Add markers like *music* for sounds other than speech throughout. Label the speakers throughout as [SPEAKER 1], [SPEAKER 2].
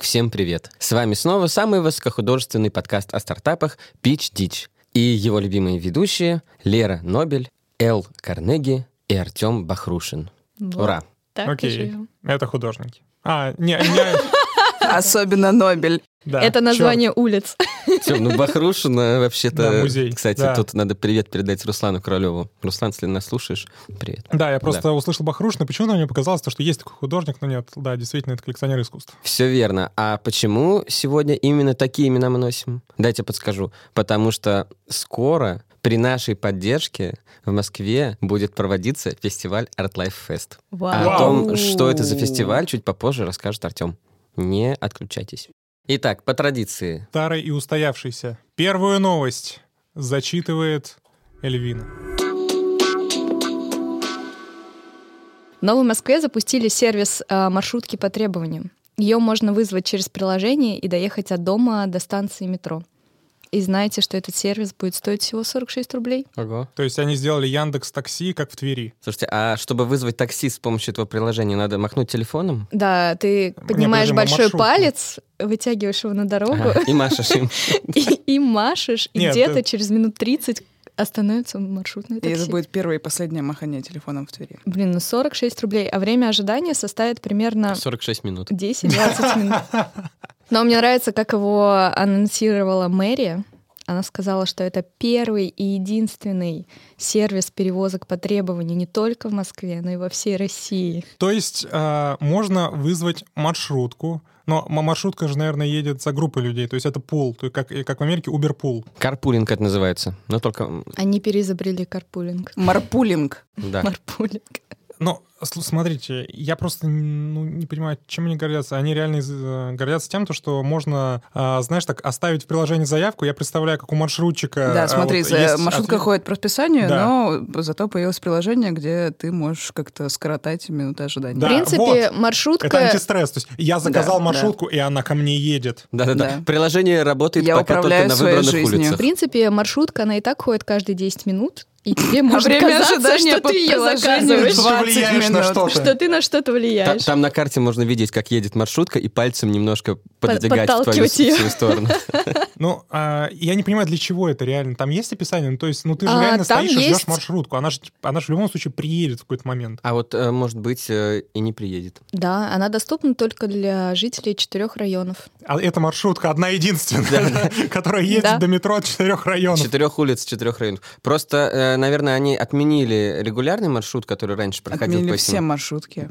[SPEAKER 1] Всем привет! С вами снова самый высокохудожественный подкаст о стартапах «Пич Дич» и его любимые ведущие Лера Нобель, Эл Карнеги и Артем Бахрушин.
[SPEAKER 2] Вот
[SPEAKER 1] Ура!
[SPEAKER 2] Так и
[SPEAKER 3] Окей,
[SPEAKER 2] живем.
[SPEAKER 3] это художники. А, не, не,
[SPEAKER 4] Особенно Нобель.
[SPEAKER 3] да,
[SPEAKER 2] Это название улиц.
[SPEAKER 1] Тем, ну Бахрушина вообще-то...
[SPEAKER 3] Да, музей,
[SPEAKER 1] Кстати,
[SPEAKER 3] да.
[SPEAKER 1] тут надо привет передать Руслану Королеву. Руслан, если нас слушаешь, привет.
[SPEAKER 3] чёрт. Да, я просто услышал Бахрушина, почему-то мне показалось, то, что есть такой художник, но нет, да, действительно, это коллекционер искусств.
[SPEAKER 1] Все верно. А почему сегодня именно такие имена мы носим? Дайте подскажу. Потому что скоро при нашей поддержке в Москве будет проводиться фестиваль Art Life Fest. А О
[SPEAKER 2] *laughs*
[SPEAKER 3] Вау.
[SPEAKER 1] том, что это за фестиваль, чуть попозже расскажет Артем. Не отключайтесь. Итак, по традиции.
[SPEAKER 3] Старый и устоявшийся. Первую новость зачитывает Эльвина.
[SPEAKER 2] В Новой Москве запустили сервис э, маршрутки по требованиям. Ее можно вызвать через приложение и доехать от дома до станции метро. И знаете, что этот сервис будет стоить всего 46 рублей?
[SPEAKER 1] Ого.
[SPEAKER 3] То есть они сделали Яндекс Такси, как в Твери.
[SPEAKER 1] Слушайте, а чтобы вызвать такси с помощью этого приложения, надо махнуть телефоном?
[SPEAKER 2] Да, ты
[SPEAKER 3] Мне
[SPEAKER 2] поднимаешь
[SPEAKER 3] подожди,
[SPEAKER 2] большой
[SPEAKER 3] маршрутку.
[SPEAKER 2] палец, вытягиваешь его на дорогу
[SPEAKER 1] Ага, И машешь
[SPEAKER 4] *laughs*
[SPEAKER 1] им.
[SPEAKER 2] *laughs* и, и машешь, и
[SPEAKER 3] Нет,
[SPEAKER 2] где-то
[SPEAKER 3] это-
[SPEAKER 2] через минут 30 остановится маршрутное
[SPEAKER 4] И это
[SPEAKER 2] такси.
[SPEAKER 4] будет первое и последнее махание телефоном в Твери.
[SPEAKER 2] Блин, ну 46 рублей, а время ожидания составит примерно
[SPEAKER 1] 46 минут.
[SPEAKER 2] 10-20 минут. Но мне нравится, как его анонсировала Мэри. Она сказала, что это первый и единственный сервис перевозок по требованию не только в Москве, но и во всей России.
[SPEAKER 3] То есть э, можно вызвать маршрутку, но м- маршрутка же, наверное, едет за группой людей, то есть это пул, то есть как, как в Америке Uber пул.
[SPEAKER 1] Карпулинг это называется. Но только... м,
[SPEAKER 2] Они переизобрели карпулинг.
[SPEAKER 4] Марпулинг.
[SPEAKER 1] Да.
[SPEAKER 2] Марпулинг.
[SPEAKER 3] Ну, сл- смотрите, я просто н- ну, не понимаю, чем они гордятся. Они реально из- э, гордятся тем, то, что можно, а, знаешь, так оставить в приложении заявку. Я представляю, как у маршрутчика...
[SPEAKER 4] Да,
[SPEAKER 3] а,
[SPEAKER 4] смотри,
[SPEAKER 3] вот
[SPEAKER 4] за-
[SPEAKER 3] есть
[SPEAKER 4] маршрутка
[SPEAKER 3] ответ-
[SPEAKER 4] ходит по расписанию,
[SPEAKER 3] Да.
[SPEAKER 4] но зато появилось приложение, где ты можешь как-то скоротать минуты ожидания.
[SPEAKER 2] В
[SPEAKER 3] Да,
[SPEAKER 2] принципе,
[SPEAKER 3] вот. Это
[SPEAKER 2] маршрутка...
[SPEAKER 3] антистресс. То есть я заказал
[SPEAKER 4] Да,
[SPEAKER 3] маршрутку, и она ко мне едет.
[SPEAKER 4] *laughs*
[SPEAKER 1] Да-да-да.
[SPEAKER 4] Да.
[SPEAKER 1] Приложение работает
[SPEAKER 4] Я
[SPEAKER 1] пока только
[SPEAKER 4] управляю
[SPEAKER 1] на
[SPEAKER 4] своей
[SPEAKER 1] выбранных
[SPEAKER 4] жизнью.
[SPEAKER 2] В
[SPEAKER 1] улицах.
[SPEAKER 2] принципе, маршрутка, она и так ходит каждые 10 минут, и тебе может
[SPEAKER 4] время
[SPEAKER 2] казаться,
[SPEAKER 4] ожидания
[SPEAKER 2] что
[SPEAKER 4] по
[SPEAKER 2] ты ее
[SPEAKER 4] приложению
[SPEAKER 2] заказываешь,
[SPEAKER 4] два. 20 минут.
[SPEAKER 2] что ты на что-то
[SPEAKER 1] Та-
[SPEAKER 2] влияешь.
[SPEAKER 1] Там на карте можно видеть, как едет маршрутка, и пальцем немножко подвигать в твою
[SPEAKER 2] подталкивать
[SPEAKER 1] с-
[SPEAKER 2] её.
[SPEAKER 1] в свою сторону.
[SPEAKER 3] Ну, а, я не понимаю, для чего это реально. Там есть описание? Ну, то есть, ну, ты же
[SPEAKER 2] А,
[SPEAKER 3] реально
[SPEAKER 2] там
[SPEAKER 3] стоишь и
[SPEAKER 2] есть.
[SPEAKER 3] ждешь маршрутку. Она же она ж в любом случае приедет в какой-то момент.
[SPEAKER 1] *laughs* А вот, э, может быть, э, и не приедет.
[SPEAKER 2] Да, она доступна только для жителей четырех районов.
[SPEAKER 3] А эта маршрутка одна единственная, *laughs* которая
[SPEAKER 2] Да.
[SPEAKER 3] едет до метро от четырех районов.
[SPEAKER 1] Четырех улиц, четырех районов. Просто, э, наверное, они отменили регулярный маршрут, который раньше проходил
[SPEAKER 4] Отменили
[SPEAKER 1] по
[SPEAKER 4] все
[SPEAKER 1] всем.
[SPEAKER 4] маршрутки.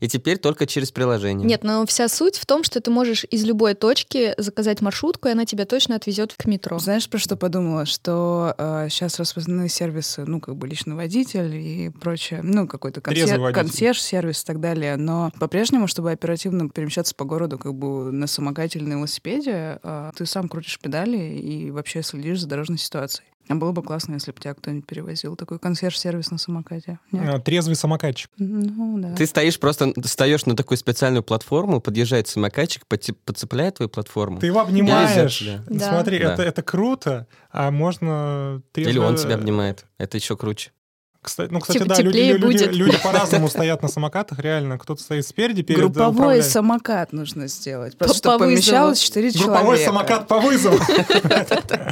[SPEAKER 1] И теперь только через приложение.
[SPEAKER 2] Нет, но вся суть в том, что ты можешь из любой точки заказать маршрутку, и она тебя точно отвезет к метро.
[SPEAKER 4] Знаешь, про что подумала? Что сейчас распознаны сервисы, ну, как бы личный водитель и прочее, ну, какой-то консьер-
[SPEAKER 3] Трезвый водитель.
[SPEAKER 4] консьерж-сервис и так далее, но по-прежнему, чтобы оперативно перемещаться по городу, как бы на самокате или на велосипеде, а, ты сам крутишь педали и вообще следишь за дорожной ситуацией. А было бы классно, если бы тебя кто-нибудь перевозил, такой консьерж-сервис на самокате. Нет?
[SPEAKER 3] А, Трезвый самокатчик.
[SPEAKER 4] Ну, да.
[SPEAKER 1] Ты стоишь просто, встаешь на такую специальную платформу, подъезжает самокатчик, поти- подцепляет твою платформу.
[SPEAKER 3] Ты его обнимаешь.
[SPEAKER 1] Да.
[SPEAKER 3] Ну,
[SPEAKER 2] Да.
[SPEAKER 3] Смотри,
[SPEAKER 1] Да.
[SPEAKER 3] это, это круто, а можно...
[SPEAKER 1] Или
[SPEAKER 3] трезво-
[SPEAKER 1] он тебя обнимает. Это еще круче.
[SPEAKER 3] Кстати, ну, кстати,
[SPEAKER 2] Типа
[SPEAKER 3] да, люди,
[SPEAKER 2] теплее
[SPEAKER 3] люди-
[SPEAKER 2] будет.
[SPEAKER 3] люди по-разному стоят на самокатах, реально. Кто-то стоит спереди, перед э,
[SPEAKER 4] Групповой
[SPEAKER 3] управляет.
[SPEAKER 4] самокат нужно сделать, просто
[SPEAKER 2] По-
[SPEAKER 4] чтобы
[SPEAKER 2] по вызову.
[SPEAKER 4] помещалось 4
[SPEAKER 3] ну, Групповой
[SPEAKER 4] человека.
[SPEAKER 3] самокат по вызову.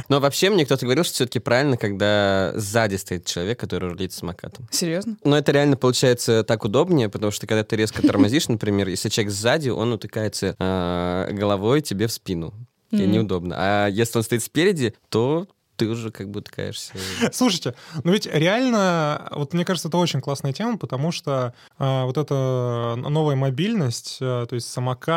[SPEAKER 1] Но вообще мне кто-то говорил, что все-таки правильно, когда сзади стоит человек, который рулит самокатом.
[SPEAKER 4] Серьезно?
[SPEAKER 1] Но это реально получается так удобнее, потому что когда ты резко тормозишь, например, если человек сзади, он утыкается э, головой тебе в спину. И
[SPEAKER 2] М.
[SPEAKER 1] неудобно. А если он стоит спереди, то ты уже как бы утыкаешься.
[SPEAKER 3] *laughs* Слушайте, ну ведь реально, вот мне кажется, это очень классная тема, потому что а, вот эта новая мобильность, а, то есть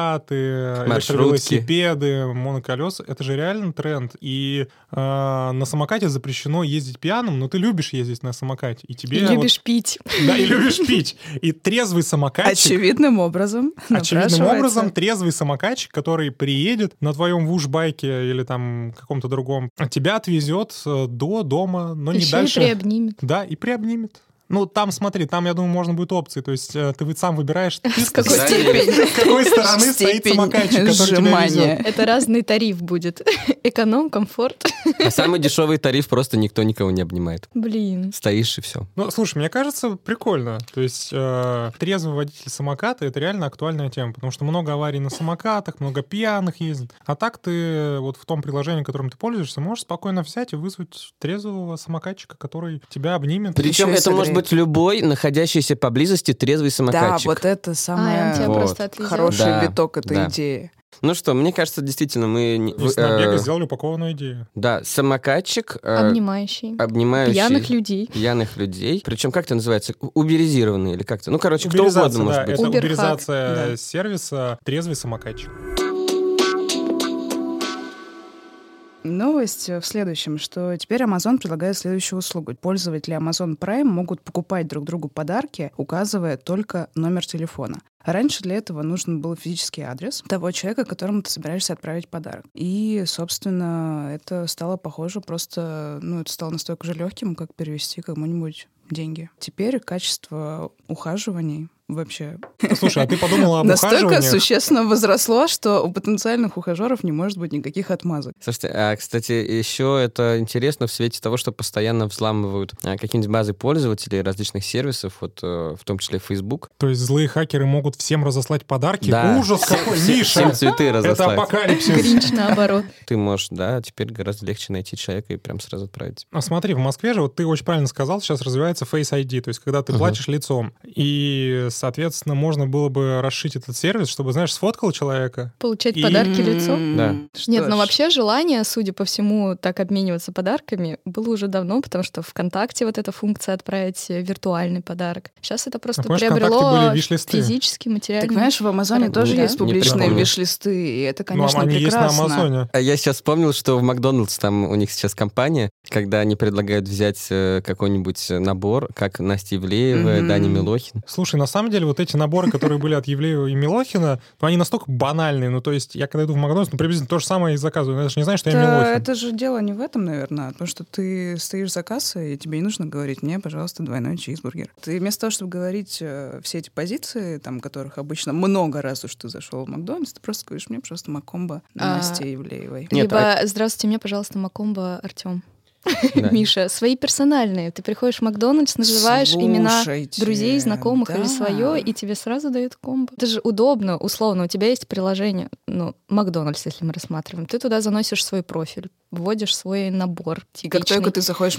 [SPEAKER 3] самокаты,
[SPEAKER 1] Маршрутки.
[SPEAKER 3] электровелосипеды, моноколеса, это же реально тренд. И а, на самокате запрещено ездить пьяным, но ты любишь ездить на самокате. И тебе... вот-
[SPEAKER 2] любишь
[SPEAKER 3] *laughs*
[SPEAKER 2] пить.
[SPEAKER 3] Да, и любишь пить. И трезвый самокатчик
[SPEAKER 4] Очевидным образом.
[SPEAKER 3] Очевидным
[SPEAKER 4] напрашивается.
[SPEAKER 3] образом, трезвый самокатчик, который приедет на твоем вушбайке или там каком-то другом, тебя отвезет э, до дома, но не
[SPEAKER 2] Еще и
[SPEAKER 3] дальше. *laughs*
[SPEAKER 2] приобнимет.
[SPEAKER 3] Да, и приобнимет. Ну, там, смотри, там, я думаю, можно будет опции. То есть э, ты ведь сам выбираешь, ты
[SPEAKER 2] С какой
[SPEAKER 1] Да,
[SPEAKER 2] степени?
[SPEAKER 3] с какой стороны стоит
[SPEAKER 4] Степень
[SPEAKER 3] самокатчик, который тебя везет.
[SPEAKER 4] сжимания.
[SPEAKER 2] Это разный тариф будет. *laughs* Эконом, комфорт.
[SPEAKER 1] А самый дешевый тариф просто никто никого не обнимает.
[SPEAKER 2] Блин.
[SPEAKER 1] Стоишь и все.
[SPEAKER 3] Ну, слушай, мне кажется, прикольно. То есть э, трезвый водитель самоката — это реально актуальная тема, потому что много аварий на самокатах, много пьяных ездит. А так ты вот в том приложении, которым ты пользуешься, можешь спокойно взять и вызвать трезвого самокатчика, который тебя обнимет.
[SPEAKER 1] Причем
[SPEAKER 4] и
[SPEAKER 1] это может
[SPEAKER 4] согреет.
[SPEAKER 1] быть любой находящийся поблизости трезвый
[SPEAKER 4] Да,
[SPEAKER 1] самокатчик.
[SPEAKER 4] вот это
[SPEAKER 2] А,
[SPEAKER 4] самое
[SPEAKER 2] он тебя
[SPEAKER 1] Вот.
[SPEAKER 2] просто отвезет.
[SPEAKER 4] хороший
[SPEAKER 1] Да,
[SPEAKER 4] виток этой
[SPEAKER 1] да.
[SPEAKER 4] идеи.
[SPEAKER 1] Ну что, мне кажется, действительно, мы... не-
[SPEAKER 3] Из
[SPEAKER 1] э,
[SPEAKER 3] набега сделали упакованную идею.
[SPEAKER 1] Да, самокатчик, э,
[SPEAKER 2] Обнимающий.
[SPEAKER 1] обнимающий
[SPEAKER 2] Пьяных
[SPEAKER 3] *laughs*
[SPEAKER 2] людей.
[SPEAKER 1] пьяных людей. Причем как это называется? У- Уберизированные или как-то? Ну, короче, кто
[SPEAKER 3] Уберизация,
[SPEAKER 1] угодно
[SPEAKER 3] да,
[SPEAKER 1] может быть.
[SPEAKER 3] это
[SPEAKER 2] Уберхак,
[SPEAKER 3] уберизация
[SPEAKER 4] да.
[SPEAKER 3] сервиса «Трезвый самокатчик».
[SPEAKER 4] Новость э, в следующем, что теперь Amazon предлагает следующую услугу. Пользователи Amazon Prime могут покупать друг другу подарки, указывая только номер телефона. Раньше для этого нужен был физический адрес того человека, которому ты собираешься отправить подарок. И, собственно, это стало похоже просто, ну, это стало настолько же легким, как перевести кому-нибудь деньги. Теперь качество ухаживаний вообще
[SPEAKER 3] Слушай, а ты подумала об
[SPEAKER 4] настолько
[SPEAKER 3] ухаживании?
[SPEAKER 4] существенно возросло, что у потенциальных ухажеров не может быть никаких отмазок.
[SPEAKER 1] Слушайте, а, кстати, еще это интересно в свете того, что постоянно взламывают а, какие-нибудь базы пользователей различных сервисов, вот э, в том числе Facebook.
[SPEAKER 3] То есть злые хакеры могут всем разослать подарки?
[SPEAKER 1] Да.
[SPEAKER 3] Ужас какой,
[SPEAKER 1] Все- Всем
[SPEAKER 3] Миша!
[SPEAKER 1] цветы
[SPEAKER 3] Это
[SPEAKER 1] разослать.
[SPEAKER 3] апокалипсис.
[SPEAKER 2] Гринч наоборот.
[SPEAKER 1] Ты можешь, да, теперь гораздо легче найти человека и прям сразу отправить.
[SPEAKER 3] А смотри, в Москве же, вот ты очень правильно сказал, сейчас развивается Face ID, то есть когда ты
[SPEAKER 1] Мгм.
[SPEAKER 3] платишь лицом. И, соответственно, можно было бы расшить этот сервис, чтобы, знаешь, сфоткал человека.
[SPEAKER 2] Получать
[SPEAKER 3] И-
[SPEAKER 2] подарки лицом.
[SPEAKER 1] Да.
[SPEAKER 2] Нет, но вообще желание, судя по всему, так обмениваться подарками было уже давно, потому что ВКонтакте вот эта функция отправить э, виртуальный подарок. Сейчас это
[SPEAKER 3] А
[SPEAKER 2] просто
[SPEAKER 3] помнишь,
[SPEAKER 2] приобрело
[SPEAKER 3] ВКонтакте были виш-листы? Ну,
[SPEAKER 2] физически, материально.
[SPEAKER 4] Так, понимаешь, в Амазоне
[SPEAKER 2] Да.
[SPEAKER 4] тоже
[SPEAKER 2] Да.
[SPEAKER 4] есть
[SPEAKER 1] Не
[SPEAKER 4] публичные
[SPEAKER 1] припомню.
[SPEAKER 4] виш-листы, и это,
[SPEAKER 3] Ну,
[SPEAKER 4] конечно,
[SPEAKER 3] они
[SPEAKER 4] прекрасно.
[SPEAKER 3] есть на Амазоне.
[SPEAKER 1] А я сейчас вспомнил, что в Макдональдс там у них сейчас компания, когда они предлагают взять э, какой-нибудь набор, как Настя Ивлеева,
[SPEAKER 4] Мгм.
[SPEAKER 1] Даня
[SPEAKER 2] *laughs*
[SPEAKER 1] Милохин.
[SPEAKER 3] Слушай, на самом деле, вот эти наборы, которые были от Евлеева и Милохина, то они настолько банальные. Ну, то есть, я когда иду в Макдональдс, ну, приблизительно то же самое и заказываю. Но Я же не знаю, что я
[SPEAKER 4] Это,
[SPEAKER 3] Милохин.
[SPEAKER 4] это же дело не в этом, наверное, потому что ты стоишь за кассой, и тебе не нужно говорить «мне, пожалуйста, двойной чизбургер». Ты вместо того, чтобы говорить э, все эти позиции, там, которых обычно много раз уж ты зашел в Макдональдс, ты просто говоришь «мне, пожалуйста, Макомбо
[SPEAKER 2] А,
[SPEAKER 4] Насти Евлеевой».
[SPEAKER 1] Нет,
[SPEAKER 2] Либо «Здравствуйте, мне, пожалуйста, Макомба Артем».
[SPEAKER 1] Да.
[SPEAKER 2] *laughs* Миша, свои персональные. Ты приходишь в Макдональдс, называешь имена
[SPEAKER 4] Слушайте,
[SPEAKER 2] друзей, знакомых или
[SPEAKER 4] да.
[SPEAKER 2] свое, и тебе сразу дают комбо. Это же удобно, условно. У тебя есть приложение, ну, Макдональдс, если мы рассматриваем. Ты туда заносишь свой профиль, вводишь свой набор.
[SPEAKER 4] И как только ты заходишь в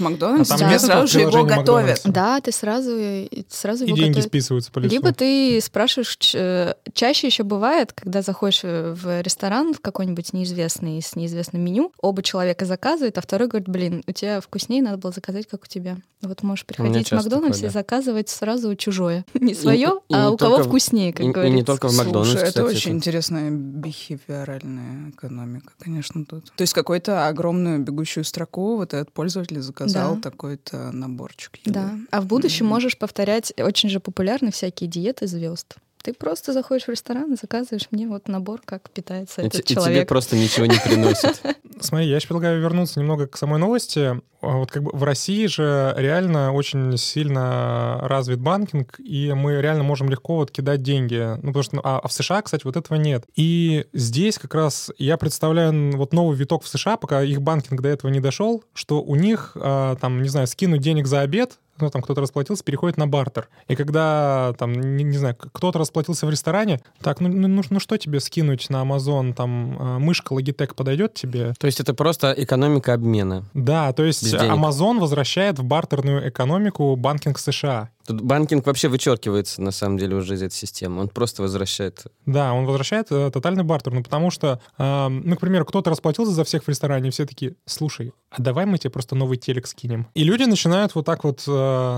[SPEAKER 2] А
[SPEAKER 4] Макдональдс,
[SPEAKER 2] там
[SPEAKER 4] тебе
[SPEAKER 2] нет
[SPEAKER 4] сразу
[SPEAKER 3] этого
[SPEAKER 4] же его
[SPEAKER 3] приложения
[SPEAKER 4] готовят.
[SPEAKER 3] Макдональдса?
[SPEAKER 2] Да, ты сразу, э, и сразу
[SPEAKER 3] И
[SPEAKER 2] его
[SPEAKER 3] деньги
[SPEAKER 2] готовят.
[SPEAKER 3] списываются по лицу.
[SPEAKER 2] Либо ты спрашиваешь, ч- э, чаще еще бывает, когда заходишь э, в ресторан в какой-нибудь неизвестный с неизвестным меню, оба человека заказывают, а второй говорит, блин, у тебя вкуснее, надо было заказать, как у тебя. Вот можешь приходить в
[SPEAKER 1] часто
[SPEAKER 2] Макдональдс
[SPEAKER 1] такое,
[SPEAKER 2] и
[SPEAKER 1] да.
[SPEAKER 2] заказывать сразу чужое. *laughs* Не свое,
[SPEAKER 1] и
[SPEAKER 2] а
[SPEAKER 1] не
[SPEAKER 2] у кого
[SPEAKER 1] только в-
[SPEAKER 2] вкуснее,
[SPEAKER 1] и-
[SPEAKER 2] как
[SPEAKER 1] и не
[SPEAKER 2] говорится.
[SPEAKER 1] только в Макдональдс,
[SPEAKER 4] Слушай, это
[SPEAKER 1] кстати,
[SPEAKER 4] очень
[SPEAKER 1] это.
[SPEAKER 4] интересная бихевиоральная экономика, конечно, тут. То есть какую-то огромную бегущую строку вот этот пользователь заказал
[SPEAKER 2] Да.
[SPEAKER 4] такой-то наборчик. еды.
[SPEAKER 2] Да. А в будущем
[SPEAKER 4] Мгм.
[SPEAKER 2] можешь повторять очень же популярны всякие диеты звезд. Ты просто заходишь в ресторан и заказываешь мне вот набор, как питается
[SPEAKER 1] И, те-
[SPEAKER 2] этот
[SPEAKER 1] и тебе
[SPEAKER 2] человек.
[SPEAKER 1] просто ничего не приносит.
[SPEAKER 3] Смотри, я еще предлагаю вернуться немного к самой новости. А Вот как бы в России же реально очень сильно развит банкинг, и мы реально можем легко вот кидать деньги. Ну, потому что, ну, а а в США, кстати, вот этого нет. И здесь как раз я представляю н- вот новый виток в США, пока их банкинг до этого не дошел, что у них, а, там, не знаю, скинуть денег за обед, ну, там кто-то расплатился, переходит на бартер. И когда, там, не, не знаю, к- кто-то расплатился в ресторане, так, ну, ну, ну, ну что тебе скинуть на Amazon, там, а, мышка Logitech подойдет тебе?
[SPEAKER 1] *laughs* То есть это просто экономика обмена.
[SPEAKER 3] Да, то есть
[SPEAKER 1] Без денег.
[SPEAKER 3] Amazon возвращает в бартерную экономику банкинг США.
[SPEAKER 1] Тут банкинг вообще вычеркивается, на самом деле, уже из этой системы. Он просто возвращает.
[SPEAKER 3] Да, он возвращает э, тотальный бартер, ну потому что, эм, ну, к примеру, кто-то расплатился за всех в ресторане, и все такие, слушай, а давай мы тебе просто новый телек скинем. И люди начинают вот так вот, э,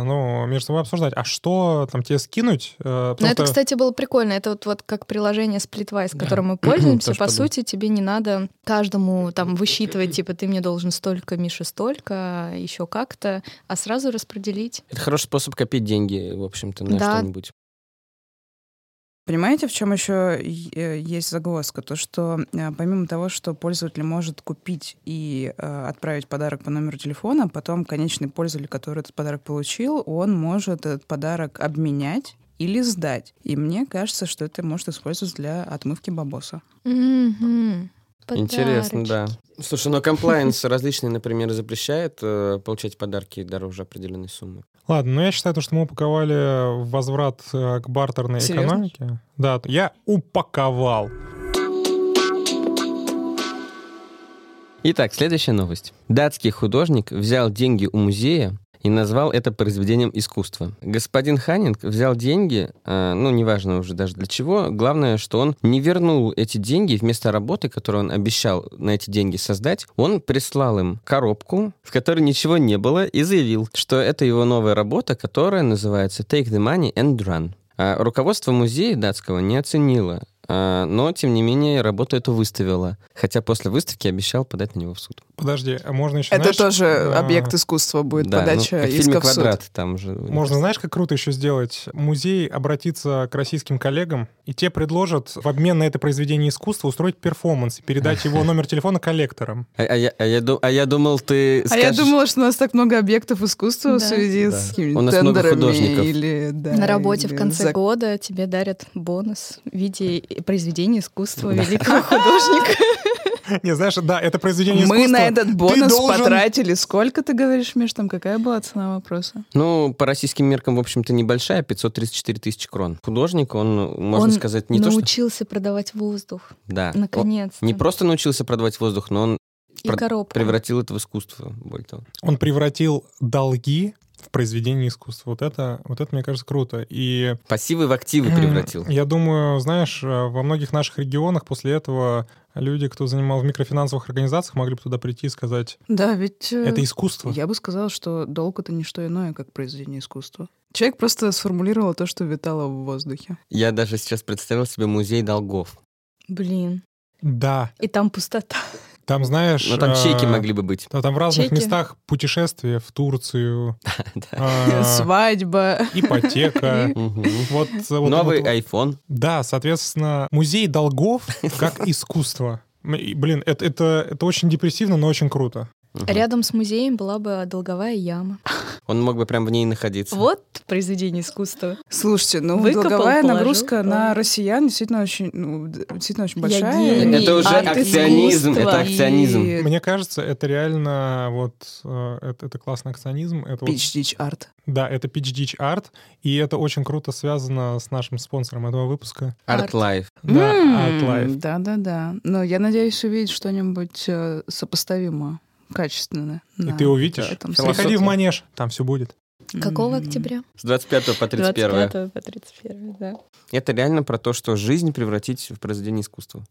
[SPEAKER 3] ну, между собой обсуждать, а что там тебе скинуть? Э,
[SPEAKER 2] Но
[SPEAKER 3] потому
[SPEAKER 2] Ну, это,
[SPEAKER 3] что-
[SPEAKER 2] кстати, было прикольно. Это вот, вот как приложение Splitwise,
[SPEAKER 3] Да.
[SPEAKER 2] которым мы
[SPEAKER 1] *clears throat*
[SPEAKER 2] пользуемся.
[SPEAKER 1] Тоже
[SPEAKER 2] По
[SPEAKER 1] подумал.
[SPEAKER 2] сути, тебе не надо каждому там высчитывать, типа, ты мне должен столько, Миша, столько, еще как-то, а сразу распределить.
[SPEAKER 1] Это хороший способ копить деньги, в общем-то, на
[SPEAKER 2] Да.
[SPEAKER 1] что-нибудь.
[SPEAKER 4] Понимаете, в чем еще есть загвоздка? То, что э, помимо того, что пользователь может купить и э, отправить подарок по номеру телефона, потом конечный пользователь, который этот подарок получил, он может этот подарок обменять или сдать. И мне кажется, что это может использоваться для отмывки бабоса.
[SPEAKER 2] Мгм.
[SPEAKER 1] Интересно, да.
[SPEAKER 2] Подарочки.
[SPEAKER 1] Слушай, но комплайенс *laughs* различный, например, запрещает э, получать подарки дороже определенной суммы.
[SPEAKER 3] Ладно, но я считаю, то, что мы упаковали возврат э, к бартерной
[SPEAKER 4] Серьезно?
[SPEAKER 3] экономике. Да, я упаковал.
[SPEAKER 1] Итак, следующая новость. Датский художник взял деньги у музея и назвал это произведением искусства. Господин Ханинг взял деньги, э, ну, неважно уже даже для чего, главное, что он не вернул эти деньги вместо работы, которую он обещал на эти деньги создать, он прислал им коробку, в которой ничего не было, и заявил, что это его новая работа, которая называется «Take the money and run». А Руководство музея датского не оценило, а, но, тем не менее, работу эту выставило, хотя после выставки обещал подать на него в суд.
[SPEAKER 3] Подожди, а можно еще...
[SPEAKER 4] Это
[SPEAKER 3] знаешь,
[SPEAKER 4] тоже
[SPEAKER 3] а,
[SPEAKER 4] объект искусства будет,
[SPEAKER 1] э, Да, ну,
[SPEAKER 4] подача
[SPEAKER 1] как в фильме
[SPEAKER 4] иска в суд.
[SPEAKER 1] «Квадрат» там же.
[SPEAKER 3] Можно, знаешь, как круто еще сделать? Музей обратиться к российским коллегам, и те предложат в обмен на это произведение искусства устроить перформанс и передать его номер телефона коллекторам. *laughs*
[SPEAKER 1] А, а я, а я ду- а я думал, ты
[SPEAKER 4] А
[SPEAKER 1] скажешь...
[SPEAKER 4] я думала, что у нас так много объектов искусства
[SPEAKER 2] Да.
[SPEAKER 4] в связи
[SPEAKER 1] Да.
[SPEAKER 4] с какими-то
[SPEAKER 1] У нас много
[SPEAKER 4] тендерами
[SPEAKER 1] художников.
[SPEAKER 4] или да,
[SPEAKER 2] На работе
[SPEAKER 4] или
[SPEAKER 2] в конце
[SPEAKER 4] зак-
[SPEAKER 2] года тебе дарят бонус в виде
[SPEAKER 1] Э.
[SPEAKER 2] произведения искусства великого художника.
[SPEAKER 3] Не, знаешь, да, это произведение
[SPEAKER 4] Мы
[SPEAKER 3] искусства.
[SPEAKER 4] на этот бонус
[SPEAKER 3] должен-
[SPEAKER 4] потратили. Сколько ты говоришь, Миш, там какая была цена вопроса?
[SPEAKER 1] Ну, по российским меркам, в общем-то, небольшая, 534 тысячи крон. Художник, он, можно
[SPEAKER 2] Он
[SPEAKER 1] сказать, не то, что...
[SPEAKER 2] Научился продавать воздух.
[SPEAKER 1] Да. Он
[SPEAKER 2] Наконец-то.
[SPEAKER 1] не просто научился продавать воздух, но он
[SPEAKER 2] И
[SPEAKER 1] про-
[SPEAKER 2] коробку.
[SPEAKER 1] превратил это в искусство, более того.
[SPEAKER 3] Он превратил долги в произведение искусства. Вот это, вот это, мне кажется, круто. И
[SPEAKER 1] Пассивы в активы превратил.
[SPEAKER 3] Я думаю, знаешь, э, во многих наших регионах после этого люди, кто занимал в микрофинансовых организациях, могли бы туда прийти и сказать,
[SPEAKER 4] Да, ведь... э,
[SPEAKER 3] это искусство.
[SPEAKER 4] Я бы сказала, что долг — это не что иное, как произведение искусства. Человек просто сформулировал то, что витало в воздухе.
[SPEAKER 1] Я даже сейчас представил себе музей долгов.
[SPEAKER 2] Блин.
[SPEAKER 3] Да,
[SPEAKER 2] И там пустота.
[SPEAKER 3] там, знаешь...
[SPEAKER 1] Но Ну, там чеки
[SPEAKER 3] э,
[SPEAKER 1] могли бы быть. *laughs*
[SPEAKER 3] да, Там в разных
[SPEAKER 2] Чеки.
[SPEAKER 3] местах путешествия в Турцию,
[SPEAKER 1] Да.
[SPEAKER 3] э,
[SPEAKER 4] *laughs* Свадьба.
[SPEAKER 1] *laughs*
[SPEAKER 3] ипотека.
[SPEAKER 1] Мгм.
[SPEAKER 3] Вот, э, вот-
[SPEAKER 1] Новый
[SPEAKER 3] вот-
[SPEAKER 1] iPhone.
[SPEAKER 3] Да, соответственно, музей долгов как искусство. М, и, Блин, это, это, это очень депрессивно, но очень круто.
[SPEAKER 1] Мгм.
[SPEAKER 2] Рядом с музеем была бы долговая яма.
[SPEAKER 1] Он мог бы прям в ней находиться.
[SPEAKER 2] Вот произведение искусства.
[SPEAKER 4] Слушайте, ну
[SPEAKER 2] Выкопал,
[SPEAKER 4] долговая
[SPEAKER 2] положил,
[SPEAKER 4] нагрузка на
[SPEAKER 2] положил.
[SPEAKER 4] россиян действительно очень, ну, д- действительно очень
[SPEAKER 2] Я
[SPEAKER 4] большая.
[SPEAKER 2] гений.
[SPEAKER 1] Это уже
[SPEAKER 2] Арт
[SPEAKER 1] акционизм,
[SPEAKER 2] искусства.
[SPEAKER 1] это акционизм.
[SPEAKER 4] И
[SPEAKER 3] Мне кажется, это реально вот э, это, это классный акционизм. Это вот
[SPEAKER 4] Pitch Ditch Art.
[SPEAKER 3] Да, это Pitch Ditch Art, и это очень круто связано с нашим спонсором этого выпуска.
[SPEAKER 1] Art
[SPEAKER 2] Арт.
[SPEAKER 1] Life.
[SPEAKER 3] Да, Art Life.
[SPEAKER 4] Да, да, да. Но я надеюсь увидеть что-нибудь э, сопоставимо, качественное.
[SPEAKER 3] И
[SPEAKER 4] на
[SPEAKER 3] ты увидишь.
[SPEAKER 4] этом
[SPEAKER 1] Философия.
[SPEAKER 4] сайте.
[SPEAKER 3] Приходи в манеж, там все будет.
[SPEAKER 2] Какого
[SPEAKER 1] М-м-м.
[SPEAKER 4] М.
[SPEAKER 2] октября?
[SPEAKER 1] С 25 по 31.
[SPEAKER 2] 25 по 31, да.
[SPEAKER 1] Это реально про то, что жизнь превратить в произведение искусства.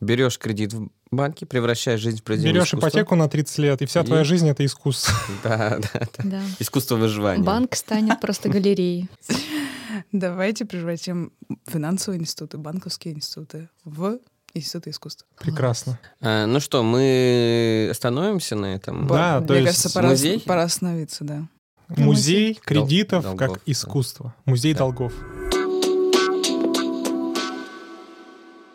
[SPEAKER 1] Берешь кредит в банке, превращаешь жизнь в произведение
[SPEAKER 3] Берешь
[SPEAKER 1] искусства.
[SPEAKER 3] ипотеку на 30 лет, и вся
[SPEAKER 1] И-
[SPEAKER 3] твоя жизнь это искусство.
[SPEAKER 1] *laughs* Да, да, да.
[SPEAKER 2] Да.
[SPEAKER 1] Искусство выживания.
[SPEAKER 2] Банк станет
[SPEAKER 1] *laughs*
[SPEAKER 2] просто галереей.
[SPEAKER 4] Давайте превратим финансовые институты, банковские институты в институты искусства.
[SPEAKER 3] Прекрасно.
[SPEAKER 1] А, ну что, мы остановимся на этом?
[SPEAKER 3] Ба- Да,
[SPEAKER 4] Мне
[SPEAKER 3] то есть
[SPEAKER 4] кажется, пора,
[SPEAKER 1] музей?
[SPEAKER 4] пора остановиться, да.
[SPEAKER 3] Музей кредитов
[SPEAKER 1] Дол- долгов,
[SPEAKER 3] как
[SPEAKER 1] да.
[SPEAKER 3] искусство. Музей
[SPEAKER 1] Да.
[SPEAKER 3] долгов.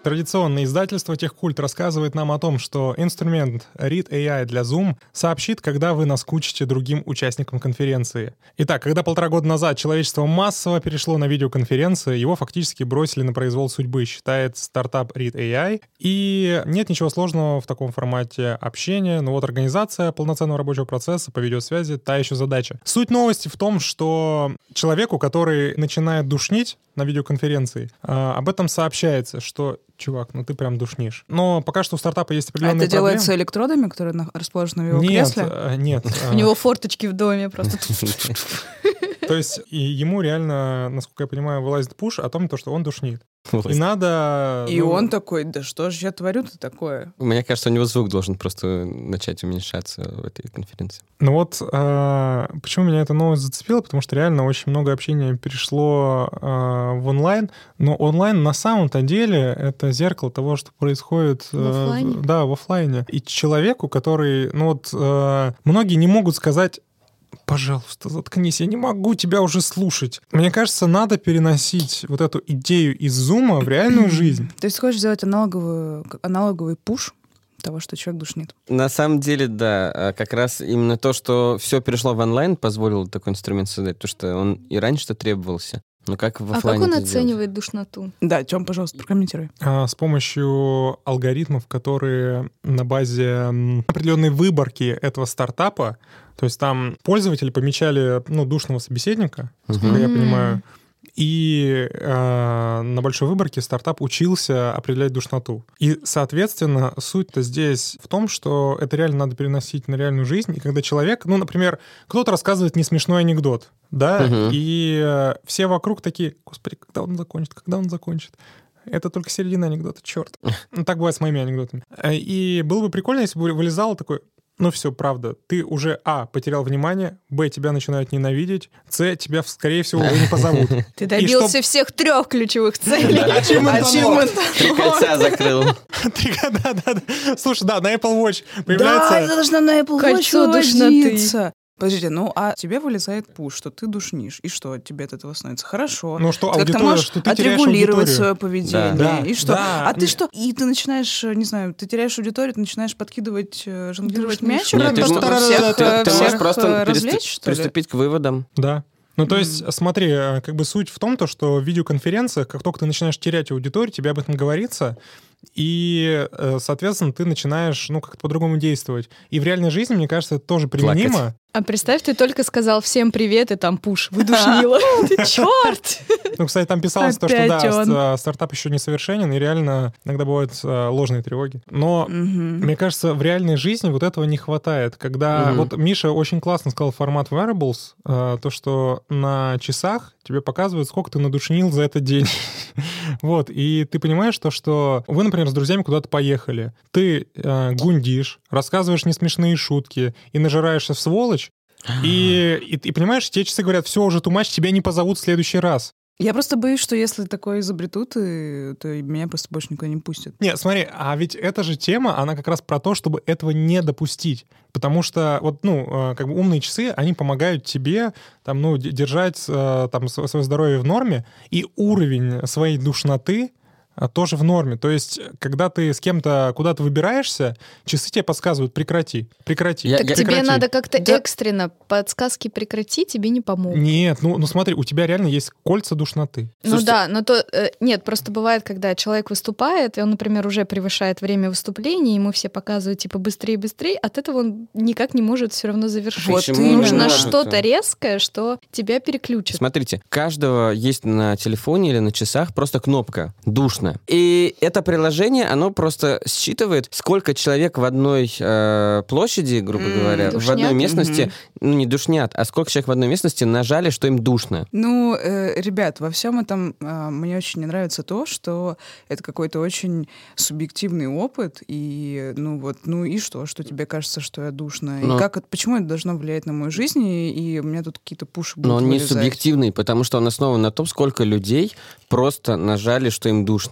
[SPEAKER 3] Традиционное издательство «Техкульт» рассказывает нам о том, что инструмент Read AI для Zoom сообщит, когда вы наскучите другим участникам конференции. Итак, когда полтора года назад человечество массово перешло на видеоконференции, его фактически бросили на произвол судьбы, считает стартап Read AI. И нет ничего сложного в таком формате общения, но вот организация полноценного рабочего процесса по видеосвязи — та еще задача. Суть новости в том, что человеку, который начинает душнить на видеоконференции, а, об этом сообщается, что чувак, ну ты прям душнишь. Но пока что у стартапа есть
[SPEAKER 4] А это
[SPEAKER 3] определенные проблемы.
[SPEAKER 4] делается электродами, которые на- расположены в его
[SPEAKER 3] нет,
[SPEAKER 4] кресле?
[SPEAKER 3] э,
[SPEAKER 4] *laughs*
[SPEAKER 3] нет.
[SPEAKER 2] У него форточки в доме просто.
[SPEAKER 3] э, То есть и ему реально, насколько я понимаю, вылазит пуш о том, то, что он душнит. И надо...
[SPEAKER 4] И
[SPEAKER 3] ну,
[SPEAKER 4] он такой, да что же я творю-то такое?
[SPEAKER 1] Мне кажется, у него звук должен просто начать уменьшаться в этой конференции.
[SPEAKER 3] Ну вот, э, почему меня эта новость зацепила, потому что реально очень много общения перешло э, в онлайн, но онлайн на самом-то деле это зеркало того, что происходит
[SPEAKER 2] В оффлайне?
[SPEAKER 3] да, в оффлайне. И человеку, который, ну вот, э, многие не э, могут сказать пожалуйста, заткнись, я не могу тебя уже слушать. Мне кажется, надо переносить вот эту идею из зума в реальную
[SPEAKER 4] *clears throat*
[SPEAKER 3] жизнь.
[SPEAKER 4] То есть хочешь сделать аналоговую, аналоговый пуш того, что человек душнит?
[SPEAKER 1] На самом деле, да, а как раз именно то, что все перешло в онлайн, позволило такой инструмент создать, потому что он и раньше-то требовался. Но как в
[SPEAKER 2] А как
[SPEAKER 1] оффлайне
[SPEAKER 2] он
[SPEAKER 1] это сделать?
[SPEAKER 2] оценивает душноту?
[SPEAKER 4] Да, Тём, пожалуйста, прокомментируй.
[SPEAKER 3] А, С помощью алгоритмов, которые на базе м, определенной выборки этого стартапа, то есть там пользователи помечали ну, душного собеседника, насколько *laughs* я
[SPEAKER 2] Мгм.
[SPEAKER 3] понимаю, и э, на большой выборке стартап учился определять душноту. И, соответственно, суть-то здесь в том, что это реально надо переносить на реальную жизнь. И когда человек, ну, например, кто-то рассказывает не смешной анекдот, да,
[SPEAKER 1] Мгм.
[SPEAKER 3] и э, все вокруг такие, господи, когда он закончит, когда он закончит. Это только середина анекдота, черт. Ну, так бывает с моими анекдотами. Э, И было бы прикольно, если бы вылезал такой, ну все, правда, ты уже, а, потерял внимание, б, тебя начинают ненавидеть, с, тебя, скорее всего, уже не позовут. *laughs*
[SPEAKER 2] Ты
[SPEAKER 3] добился чтоб-
[SPEAKER 2] всех трех ключевых целей.
[SPEAKER 4] А
[SPEAKER 3] Achievement
[SPEAKER 4] Achievement.
[SPEAKER 1] Три кольца закрыл.
[SPEAKER 3] Три года, да, да. Слушай, да, на Apple Watch
[SPEAKER 4] Да, я
[SPEAKER 3] появляется...
[SPEAKER 4] должна на Apple
[SPEAKER 2] Кольцо
[SPEAKER 4] Watch
[SPEAKER 2] душноты.
[SPEAKER 4] выводиться. Подождите, ну а тебе вылезает пуш, что ты душнишь, и что тебе от этого становится? Хорошо.
[SPEAKER 3] Ну что,
[SPEAKER 4] Ты как-то
[SPEAKER 3] аудитория,
[SPEAKER 4] можешь
[SPEAKER 3] что ты теряешь
[SPEAKER 4] отрегулировать
[SPEAKER 3] аудиторию.
[SPEAKER 4] свое поведение.
[SPEAKER 3] Да. Да,
[SPEAKER 4] И что?
[SPEAKER 3] да.
[SPEAKER 4] а ты что? И ты начинаешь, э, не знаю, ты теряешь аудиторию, ты начинаешь подкидывать, э, жонглировать
[SPEAKER 2] Душнишь.
[SPEAKER 4] мяч,
[SPEAKER 1] Нет, ты
[SPEAKER 4] чтобы
[SPEAKER 1] что-
[SPEAKER 4] всех,
[SPEAKER 1] ты-
[SPEAKER 4] э,
[SPEAKER 1] ты
[SPEAKER 4] всех,
[SPEAKER 1] можешь просто
[SPEAKER 4] э,
[SPEAKER 1] перест-
[SPEAKER 4] развлечь, что ли?
[SPEAKER 1] приступить к выводам.
[SPEAKER 3] Да. Ну, то есть, смотри, э, как бы суть в том, то, что в видеоконференциях, как только ты начинаешь терять аудиторию, тебе об этом говорится, и, э, соответственно, ты начинаешь, ну, как-то по-другому действовать. И в реальной жизни, мне кажется, это тоже применимо.
[SPEAKER 2] А представь, ты только сказал всем привет, и там пуш выдушнила. *laughs* Ты черт!
[SPEAKER 3] Ну, кстати, там писалось то, что,
[SPEAKER 2] Опять
[SPEAKER 3] да,
[SPEAKER 2] он.
[SPEAKER 3] ст- э, стартап еще несовершенен, и реально иногда бывают э, ложные тревоги. Но
[SPEAKER 4] Мгм.
[SPEAKER 3] Мне кажется, в реальной жизни вот этого не хватает. Когда
[SPEAKER 1] Мгм.
[SPEAKER 3] вот Миша очень классно сказал формат wearables, э, то, что на часах тебе показывают, сколько ты надушнил за этот день. *laughs* Вот, и ты понимаешь то, что вы, например, с друзьями куда-то поехали, ты э, гундишь, рассказываешь несмешные шутки и нажираешься в сволочь, и, и, и понимаешь, те часы говорят, все, уже тумач, тебя не позовут в следующий раз.
[SPEAKER 4] Я просто боюсь, что если такое изобретут, и- то и меня просто больше никуда не пустят.
[SPEAKER 3] Нет, смотри, а ведь эта же тема, она как раз про то, чтобы этого не допустить. Потому что вот, ну, э, как бы умные часы, они помогают тебе, там, ну, де- держать э, там свое здоровье в норме, и уровень своей душноты э, тоже в норме. То есть, э, когда ты с кем-то куда-то выбираешься, часы тебе подсказывают прекрати, прекрати.
[SPEAKER 1] Я-
[SPEAKER 2] Так
[SPEAKER 1] я-
[SPEAKER 2] тебе
[SPEAKER 3] прекрати».
[SPEAKER 2] надо как-то
[SPEAKER 3] Да.
[SPEAKER 2] экстренно подсказки прекрати, тебе не помогут.
[SPEAKER 3] Нет, ну, ну смотри, у тебя реально есть кольца душноты.
[SPEAKER 2] ну да, но то э, нет, просто бывает, когда человек выступает, и он, например, уже превышает время выступления, ему все показывают типа быстрее, быстрее, от этого он никак не может все равно завершить.
[SPEAKER 4] Вот
[SPEAKER 1] Почему
[SPEAKER 4] именно.
[SPEAKER 1] не
[SPEAKER 2] Нужно
[SPEAKER 1] может?
[SPEAKER 2] что-то резкое, что тебя переключит.
[SPEAKER 1] Смотрите, каждого есть на телефоне или на часах просто кнопка «Душно». И это приложение, оно просто считывает, сколько человек в одной э, площади, грубо
[SPEAKER 4] М,
[SPEAKER 1] говоря, в
[SPEAKER 2] душнят.
[SPEAKER 1] одной местности,
[SPEAKER 4] Мгм.
[SPEAKER 1] ну не душнят, а сколько человек в одной местности нажали, что им душно.
[SPEAKER 4] Ну, э, ребят, во всем этом э, мне очень не нравится то, что это какой-то очень субъективный опыт, и ну вот, ну и что, что тебе кажется, что я душна,
[SPEAKER 1] Но-
[SPEAKER 4] и как, это- почему это должно влиять на мою жизнь, и, и у меня тут какие-то пуши будут
[SPEAKER 1] Но он не
[SPEAKER 4] вылезать.
[SPEAKER 1] субъективный, потому что он основан на том, сколько людей просто нажали, что им душно.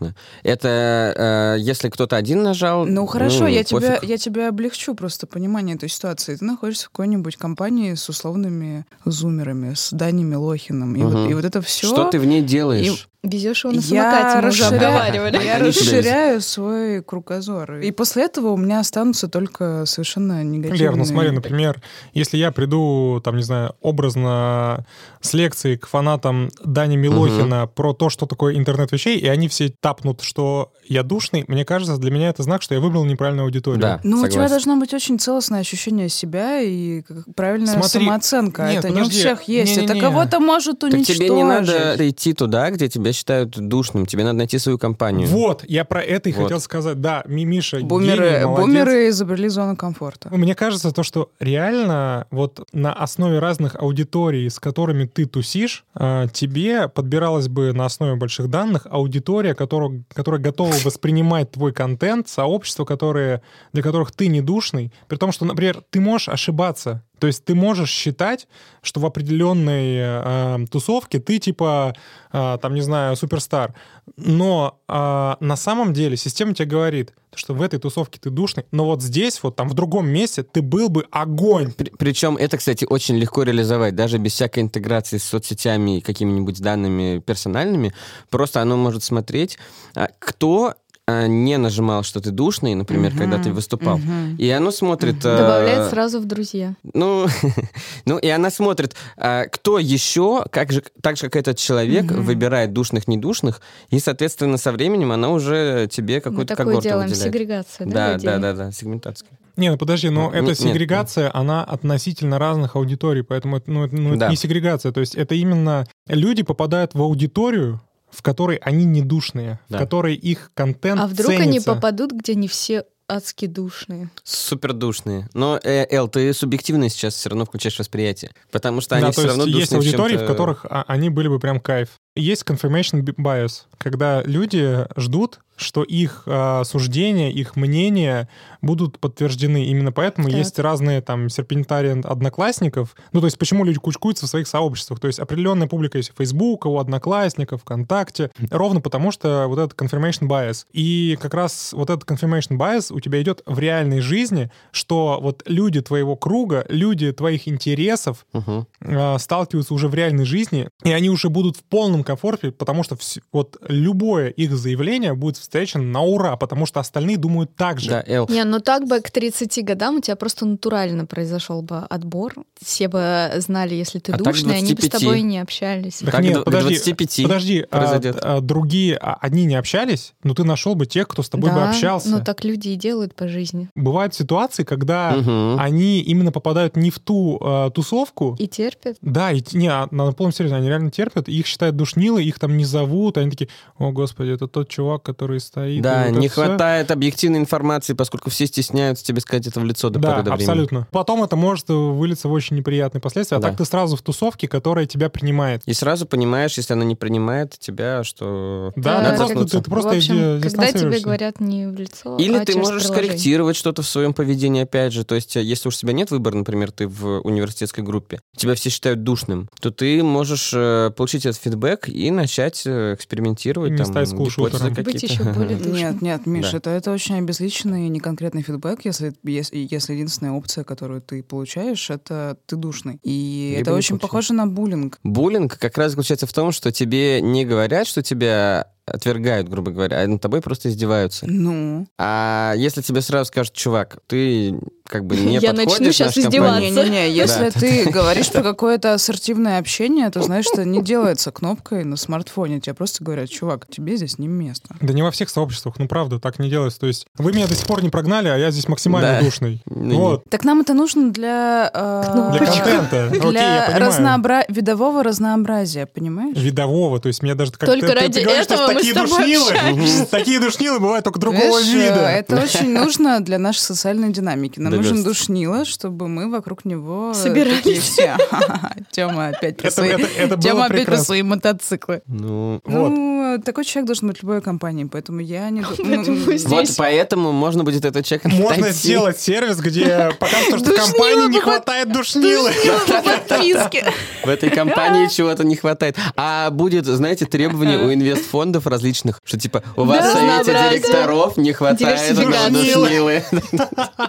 [SPEAKER 1] Это э, если кто-то один нажал.
[SPEAKER 4] Ну хорошо, я, тебя,
[SPEAKER 1] пофиг.
[SPEAKER 4] я тебя облегчу просто понимание этой ситуации. Ты находишься в какой-нибудь компании с условными зумерами, с Даней Милохиным, и,
[SPEAKER 1] Мгм.
[SPEAKER 4] вот, и вот это все...
[SPEAKER 1] Что ты в ней делаешь?
[SPEAKER 2] Везешь его на самокате,
[SPEAKER 4] Я
[SPEAKER 2] мы уже
[SPEAKER 4] расширяю,
[SPEAKER 2] обговаривали.
[SPEAKER 4] я
[SPEAKER 2] *laughs*
[SPEAKER 1] Они тебя
[SPEAKER 4] расширяю свой кругозор. И после этого у меня останутся только совершенно негативные...
[SPEAKER 3] Лер, ну смотри, например, если я приду, там, не знаю, образно с лекцией к фанатам Дани Милохина про то, что такое интернет вещей, и они все тапнут, что я душный, мне кажется, для меня это знак, что я выбрал неправильную аудиторию.
[SPEAKER 1] Да.
[SPEAKER 4] Ну, у тебя
[SPEAKER 1] согласен.
[SPEAKER 4] должно быть очень целостное ощущение себя и как- правильная
[SPEAKER 3] Смотри,
[SPEAKER 4] самооценка.
[SPEAKER 3] нет,
[SPEAKER 4] это не у
[SPEAKER 3] подожди,
[SPEAKER 4] всех есть.
[SPEAKER 3] не-не-не.
[SPEAKER 4] Это кого-то может
[SPEAKER 1] Так
[SPEAKER 4] уничтожить.
[SPEAKER 1] тебе не надо идти туда, где тебя считают душным. Тебе надо найти свою компанию.
[SPEAKER 3] Вот, я про это и
[SPEAKER 1] Вот.
[SPEAKER 3] хотел сказать. Да, Ми- Миша,
[SPEAKER 4] Бумеры,
[SPEAKER 3] гений, молодец.
[SPEAKER 4] бумеры изобрели зону комфорта.
[SPEAKER 3] Ну, Мне кажется, то, что реально вот на основе разных аудиторий, с которыми ты тусишь, э, тебе подбиралась бы на основе больших данных аудитория, которая, которая готова воспринимать твой контент, сообщество, которые, для которых ты не душный, при том, что, например, ты можешь ошибаться. То есть ты можешь считать, что в определенной э, тусовке ты типа, э, там, не знаю, суперстар. Но э, на самом деле система тебе говорит, что в этой тусовке ты душный, но вот здесь, вот там в другом месте, ты был бы огонь.
[SPEAKER 1] При- Причем это, кстати, очень легко реализовать, даже без всякой интеграции с соцсетями и какими-нибудь данными персональными. Просто оно может смотреть, а, кто а, не нажимал, что ты душный, например, когда ты
[SPEAKER 4] Мгм,
[SPEAKER 1] выступал.
[SPEAKER 4] мгм.
[SPEAKER 1] И оно смотрит...
[SPEAKER 4] Мгм.
[SPEAKER 1] а,
[SPEAKER 2] Добавляет сразу в друзья.
[SPEAKER 1] Ну, *laughs* ну и она смотрит, а, кто еще, как же, так же, как этот человек,
[SPEAKER 4] Мгм.
[SPEAKER 1] выбирает душных, недушных, и, соответственно, со временем она уже тебе
[SPEAKER 2] Мы
[SPEAKER 1] какую-то
[SPEAKER 2] такое
[SPEAKER 1] когорту
[SPEAKER 2] делаем,
[SPEAKER 1] выделяет.
[SPEAKER 2] сегрегацию, да,
[SPEAKER 1] Да,
[SPEAKER 2] людей?
[SPEAKER 1] да, да, да, сегментация.
[SPEAKER 3] Не, ну подожди, но
[SPEAKER 1] Ну,
[SPEAKER 3] эта
[SPEAKER 1] нет,
[SPEAKER 3] сегрегация, она относительно разных аудиторий, поэтому это, ну, это, ну, это
[SPEAKER 1] Да.
[SPEAKER 3] не сегрегация. То есть это именно люди попадают в аудиторию, в которой они не душные,
[SPEAKER 1] Да.
[SPEAKER 3] в которой их контент
[SPEAKER 2] А вдруг они
[SPEAKER 3] ценится.
[SPEAKER 2] попадут, где не все адски душные?
[SPEAKER 1] Супердушные. Но, э, Эл, ты субъективно сейчас все равно включаешь восприятие, потому что
[SPEAKER 3] Да,
[SPEAKER 1] они
[SPEAKER 3] то
[SPEAKER 1] все равно
[SPEAKER 3] есть
[SPEAKER 1] душные
[SPEAKER 3] есть
[SPEAKER 1] в
[SPEAKER 3] аудитории, в
[SPEAKER 1] чем-то.
[SPEAKER 3] которых а, они были бы прям кайф. И Есть confirmation bi- bias, когда люди ждут, что их а, суждения, их мнения будут подтверждены. Именно поэтому
[SPEAKER 2] Так.
[SPEAKER 3] есть разные там серпентарии одноклассников. Ну, то есть почему люди кучкуются в своих сообществах. То есть определенная публика есть у Фейсбука, у одноклассников, ВКонтакте. Ровно потому, что вот этот confirmation bias. И как раз вот этот confirmation bias у тебя идет в реальной жизни, что вот люди твоего круга, люди твоих интересов,
[SPEAKER 1] Мгм.
[SPEAKER 3] э, сталкиваются уже в реальной жизни, и они уже будут в полном комфорте, потому что вс- вот любое их заявление будет встречено на ура, потому что остальные думают так же.
[SPEAKER 1] Да, Эл,
[SPEAKER 2] Не, ну так бы к 30 годам у тебя просто натурально произошел бы отбор. Все бы знали, если ты
[SPEAKER 1] А так к
[SPEAKER 2] душный, они бы с
[SPEAKER 1] 25.
[SPEAKER 2] тобой не общались.
[SPEAKER 3] Так
[SPEAKER 1] как
[SPEAKER 3] нет,
[SPEAKER 1] к дв- к
[SPEAKER 3] подожди,
[SPEAKER 1] 25.
[SPEAKER 3] Подожди, а,
[SPEAKER 1] произойдет.
[SPEAKER 3] а, другие, а, одни не общались, но ты нашел бы тех, кто с тобой бы
[SPEAKER 2] Да,
[SPEAKER 3] общался.
[SPEAKER 2] Ну так люди и делают по жизни.
[SPEAKER 3] Бывают ситуации, когда
[SPEAKER 1] Мгм.
[SPEAKER 3] они именно попадают не в ту э, тусовку,
[SPEAKER 2] И терпят.
[SPEAKER 3] Да, и т- не, а на полном серьезе, они реально терпят, их считают душнилы, их там не зовут, они такие, о, господи, это тот чувак, который стоит. и
[SPEAKER 1] Да,
[SPEAKER 3] вот
[SPEAKER 1] не
[SPEAKER 3] это всё».
[SPEAKER 1] хватает объективной информации, поскольку все стесняются тебе сказать это в лицо до
[SPEAKER 3] Да,
[SPEAKER 1] поры до времени.
[SPEAKER 3] абсолютно. Потом это может э, вылиться в очень неприятные последствия. А
[SPEAKER 1] Да.
[SPEAKER 3] так ты сразу в тусовке, которая тебя принимает.
[SPEAKER 1] И сразу понимаешь, если она не принимает тебя, что...
[SPEAKER 3] Да,
[SPEAKER 1] надо
[SPEAKER 3] ты просто,
[SPEAKER 1] заткнуться.
[SPEAKER 3] ты, ты просто
[SPEAKER 2] в общем,
[SPEAKER 3] иди-
[SPEAKER 2] когда тебе
[SPEAKER 3] дистанцируешься.
[SPEAKER 2] говорят не в лицо,
[SPEAKER 1] Или
[SPEAKER 2] а
[SPEAKER 1] ты
[SPEAKER 2] через
[SPEAKER 1] можешь
[SPEAKER 2] приложение.
[SPEAKER 1] скорректировать что-то в своем поведении, опять же. То есть, э, если уж у тебя нет выбора, например, ты в университетской группе, тебя все считают душным, то ты можешь э, получить этот фидбэк и начать э, экспериментировать.
[SPEAKER 3] Не
[SPEAKER 1] там,
[SPEAKER 3] стать скул-шутером.
[SPEAKER 1] гипотезы
[SPEAKER 2] Быть
[SPEAKER 1] какие-то.
[SPEAKER 2] еще более душным.
[SPEAKER 4] Нет, нет, Миш,
[SPEAKER 1] Да.
[SPEAKER 4] это, это очень обезличенный и неконкретный фидбэк, если, если, если единственная опция, которую ты получаешь, это ты душный. И
[SPEAKER 1] Либо
[SPEAKER 4] это
[SPEAKER 1] не
[SPEAKER 4] очень
[SPEAKER 1] получил.
[SPEAKER 4] похоже на буллинг.
[SPEAKER 1] *laughs* Буллинг как раз заключается в том, что тебе не говорят, что тебя отвергают, грубо говоря, а над тобой просто издеваются.
[SPEAKER 4] Ну,
[SPEAKER 1] А если тебе сразу скажут, чувак, ты как
[SPEAKER 2] *laughs*
[SPEAKER 1] бы не
[SPEAKER 2] Я
[SPEAKER 1] подходишь
[SPEAKER 2] начну
[SPEAKER 1] в
[SPEAKER 2] щас
[SPEAKER 1] нашу компанию»,
[SPEAKER 2] издеваться.
[SPEAKER 4] не-не-не, если ты
[SPEAKER 3] *laughs*
[SPEAKER 4] говоришь про какое-то ассортивное общение, то знаешь, что не делается кнопкой на смартфоне. Тебе просто говорят, чувак, тебе здесь не место.
[SPEAKER 3] Да не во всех сообществах, ну правда, так не делается. То есть вы меня до сих пор не прогнали, а я здесь максимально
[SPEAKER 1] Да.
[SPEAKER 3] душный.
[SPEAKER 1] *laughs* Ну,
[SPEAKER 3] Вот,
[SPEAKER 4] Так нам это нужно для... э,
[SPEAKER 3] для контента. Ну, Окей, я
[SPEAKER 4] Для
[SPEAKER 3] понимаю.
[SPEAKER 4] разнообра- видового разнообразия, понимаешь?
[SPEAKER 3] Видового, то есть меня даже как
[SPEAKER 2] Только
[SPEAKER 3] ты- ты- ты
[SPEAKER 2] ради
[SPEAKER 3] говоришь, что
[SPEAKER 2] этого мы с
[SPEAKER 3] такие
[SPEAKER 2] тобой
[SPEAKER 3] душнилы, *laughs* такие душнилы бывают только другого
[SPEAKER 4] Знаешь,
[SPEAKER 3] вида.
[SPEAKER 4] э, Это очень нужно для нашей социальной динамики. Нам
[SPEAKER 1] Да
[SPEAKER 4] нужен
[SPEAKER 1] верст.
[SPEAKER 4] душнило, чтобы мы вокруг него э,
[SPEAKER 2] Собирались.
[SPEAKER 4] такие все. *laughs* Тема опять про
[SPEAKER 3] Это-
[SPEAKER 4] свои.
[SPEAKER 3] это- это было
[SPEAKER 4] Тема опять про
[SPEAKER 3] прекрасно.
[SPEAKER 4] свои мотоциклы.
[SPEAKER 1] ну,
[SPEAKER 3] Вот.
[SPEAKER 4] Ну, э, такой человек должен быть в любой компании, поэтому
[SPEAKER 2] *laughs*
[SPEAKER 4] я не... ду- ну,
[SPEAKER 2] Поэтому
[SPEAKER 4] ну,
[SPEAKER 2] здесь-
[SPEAKER 1] вот поэтому можно будет этот человек
[SPEAKER 3] Можно
[SPEAKER 1] найти.
[SPEAKER 3] сделать
[SPEAKER 2] *laughs*
[SPEAKER 3] сервис, где показывают, что
[SPEAKER 2] Душнилы
[SPEAKER 3] в компании не
[SPEAKER 2] бывают.
[SPEAKER 3] хватает душнилы.
[SPEAKER 2] Подписки.
[SPEAKER 1] В этой
[SPEAKER 2] *laughs*
[SPEAKER 1] компании чего-то не хватает. А будет, знаете, требование у инвестфондов различных, что типа у вас
[SPEAKER 2] Да,
[SPEAKER 1] в совете
[SPEAKER 2] разнообразие.
[SPEAKER 1] директоров не хватает одного
[SPEAKER 2] Диверсификация.
[SPEAKER 1] душнилы.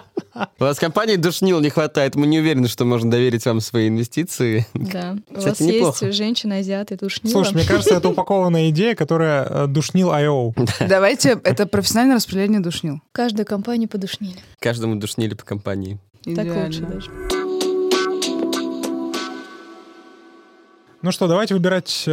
[SPEAKER 2] *laughs*
[SPEAKER 1] У вас в компании душнил не хватает. Мы не уверены, что можно доверить вам свои инвестиции. *laughs*
[SPEAKER 2] Да. У
[SPEAKER 1] Кстати,
[SPEAKER 2] вас
[SPEAKER 1] неплохо.
[SPEAKER 2] есть женщина-азиат и душнила.
[SPEAKER 3] Слушай, мне кажется, это упакованная идея, которая э, душнил I.O.
[SPEAKER 4] Давайте, это профессиональное распределение душнил.
[SPEAKER 2] Каждую компанию подушнили.
[SPEAKER 1] Каждому душнили по компании.
[SPEAKER 2] Так
[SPEAKER 4] Идеально.
[SPEAKER 2] лучше даже.
[SPEAKER 3] Ну что, давайте выбирать э,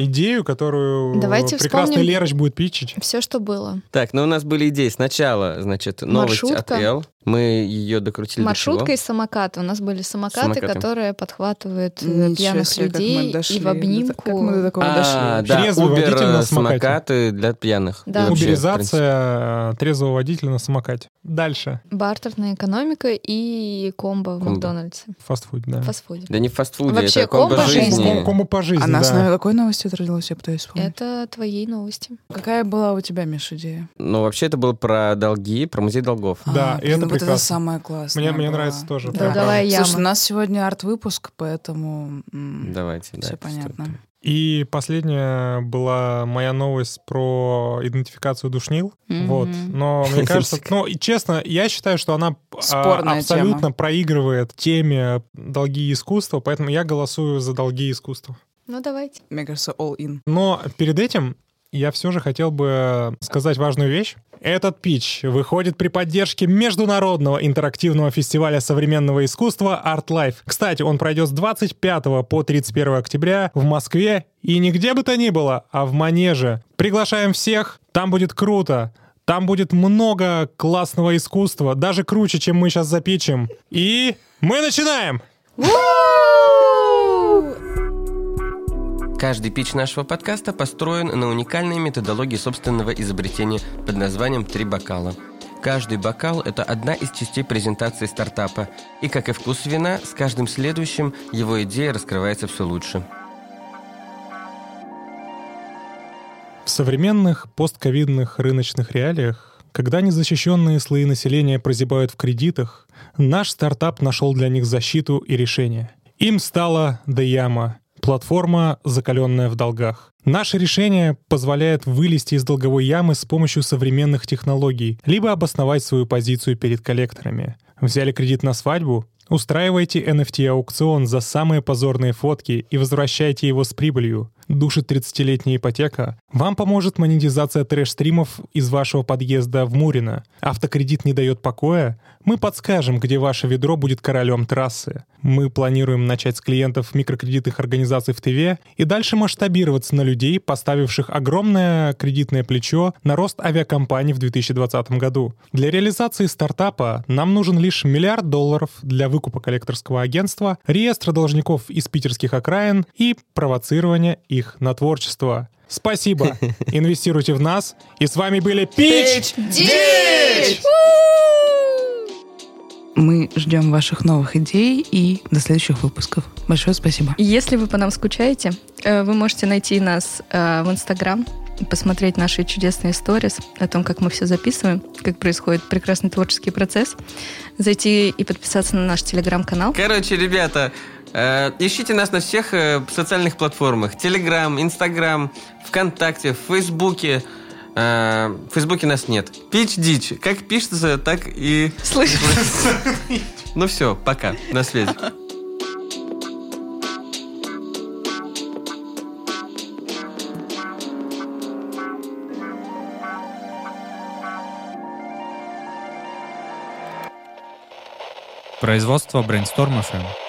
[SPEAKER 3] идею, которую
[SPEAKER 2] Давайте
[SPEAKER 3] прекрасный
[SPEAKER 2] вспомним.
[SPEAKER 3] Лерыч будет питчить.
[SPEAKER 2] Все, что было.
[SPEAKER 1] Так, ну у нас были идеи. Сначала, значит, новости
[SPEAKER 2] Маршрутка.
[SPEAKER 1] от Эл. Мы ее докрутили
[SPEAKER 2] Маршрутка
[SPEAKER 1] до
[SPEAKER 2] и самокат. У нас были самокаты,
[SPEAKER 1] Самокаты.
[SPEAKER 2] которые подхватывают э,
[SPEAKER 4] Ничего
[SPEAKER 2] пьяных
[SPEAKER 4] себе, как мы
[SPEAKER 2] людей
[SPEAKER 4] дошли.
[SPEAKER 2] и в
[SPEAKER 4] Да, Как
[SPEAKER 2] обнимку.
[SPEAKER 4] мы до такого
[SPEAKER 1] чего? А,
[SPEAKER 4] дошли?
[SPEAKER 1] да,
[SPEAKER 3] Трезвый водитель
[SPEAKER 1] Uber,
[SPEAKER 3] на
[SPEAKER 1] э,
[SPEAKER 3] самокате.
[SPEAKER 1] самокаты для пьяных.
[SPEAKER 2] Да.
[SPEAKER 1] И вообще, в принципе.
[SPEAKER 3] Уберизация э, трезвого водителя на самокате. Дальше.
[SPEAKER 2] Бартерная экономика и комбо в
[SPEAKER 1] Комбо.
[SPEAKER 2] Макдональдсе.
[SPEAKER 3] Фастфуд, да.
[SPEAKER 2] В фастфуде.
[SPEAKER 1] Да не в фастфуде,
[SPEAKER 2] Вообще,
[SPEAKER 1] это комбо
[SPEAKER 2] комбо
[SPEAKER 1] жизни.
[SPEAKER 2] жизни.
[SPEAKER 3] Ком- Комбо по жизни,
[SPEAKER 4] А на основе
[SPEAKER 3] да.
[SPEAKER 4] какой новости это родилось, я пытаюсь вспомнить.
[SPEAKER 2] Это твои новости.
[SPEAKER 4] Какая была у тебя, Миша, идея?
[SPEAKER 1] Ну, Но вообще это было про долги, про музей долгов.
[SPEAKER 3] Да,
[SPEAKER 4] А,
[SPEAKER 3] и это
[SPEAKER 4] блин, вот это
[SPEAKER 3] прекрасно.
[SPEAKER 4] самое классное.
[SPEAKER 3] Мне, мне
[SPEAKER 4] было.
[SPEAKER 3] нравится тоже.
[SPEAKER 2] Да,
[SPEAKER 3] прям
[SPEAKER 2] давай.
[SPEAKER 3] классно.
[SPEAKER 2] Яма.
[SPEAKER 4] Слушай, у нас сегодня арт-выпуск, поэтому... м,
[SPEAKER 5] Давайте, да.
[SPEAKER 4] Всё
[SPEAKER 5] это что-то.
[SPEAKER 4] понятно.
[SPEAKER 3] И последняя была моя новость про идентификацию душнил.
[SPEAKER 4] Мгм.
[SPEAKER 3] Вот. Но
[SPEAKER 1] *laughs*
[SPEAKER 3] мне кажется, ну, и честно, я считаю, что она а,
[SPEAKER 4] Спорная
[SPEAKER 3] абсолютно
[SPEAKER 4] тема.
[SPEAKER 3] проигрывает теме долги и искусства, поэтому я голосую за долги и искусства.
[SPEAKER 2] Ну давайте.
[SPEAKER 4] Мне кажется, all-in.
[SPEAKER 3] Но перед этим я все же хотел бы сказать важную вещь. Этот питч выходит при поддержке Международного интерактивного фестиваля современного искусства Art Life. Кстати, он пройдет с 25 по 31 октября в Москве и нигде бы то ни было, а в Манеже. Приглашаем всех, там будет круто. Там будет много классного искусства, даже круче, чем мы сейчас запичим. И мы начинаем!
[SPEAKER 1] Каждый пич нашего подкаста построен на уникальной методологии собственного изобретения под названием «Три бокала». Каждый бокал – это одна из частей презентации стартапа. И, как и вкус вина, с каждым следующим его идея раскрывается все лучше.
[SPEAKER 3] В современных постковидных рыночных реалиях, когда незащищенные слои населения прозябают в кредитах, наш стартап нашел для них защиту и решение. Им стала Деяма, платформа, закаленная в долгах. Наше решение позволяет вылезти из долговой ямы с помощью современных технологий, либо обосновать свою позицию перед коллекторами. Взяли кредит на свадьбу? Устраивайте NFT-аукцион за самые позорные фотки и возвращайте его с прибылью. Душит 30-летняя ипотека. Вам поможет монетизация трэш-стримов из вашего подъезда в Мурино. Автокредит не дает покоя? Мы подскажем, где ваше ведро будет королем трассы. Мы планируем начать с клиентов микрокредитных организаций в ТВ и дальше масштабироваться на людей, поставивших огромное кредитное плечо на рост авиакомпаний в 2020 году. Для реализации стартапа нам нужен лишь миллиард долларов для выкупа коллекторского агентства, реестра должников из питерских окраин и провоцирования их на творчество. Спасибо. Инвестируйте в нас. И с вами были Пич!
[SPEAKER 4] Мы ждем ваших новых идей и до следующих выпусков. Большое спасибо.
[SPEAKER 2] Если вы по нам скучаете, э, вы можете найти нас э, в Инстаграм, посмотреть наши чудесные сторис о том, как мы все записываем, как происходит прекрасный творческий процесс, зайти и подписаться на наш Телеграм-канал.
[SPEAKER 1] Короче, ребята, э, ищите нас на всех э, социальных платформах. Телеграм, Инстаграм, ВКонтакте, в Фейсбуке. Э, в Фейсбуке нас нет. Пич-дич. Как пишется, так и...
[SPEAKER 2] Слышь.
[SPEAKER 1] Ну все, пока. На связи.
[SPEAKER 6] Производство Brainstorm FM.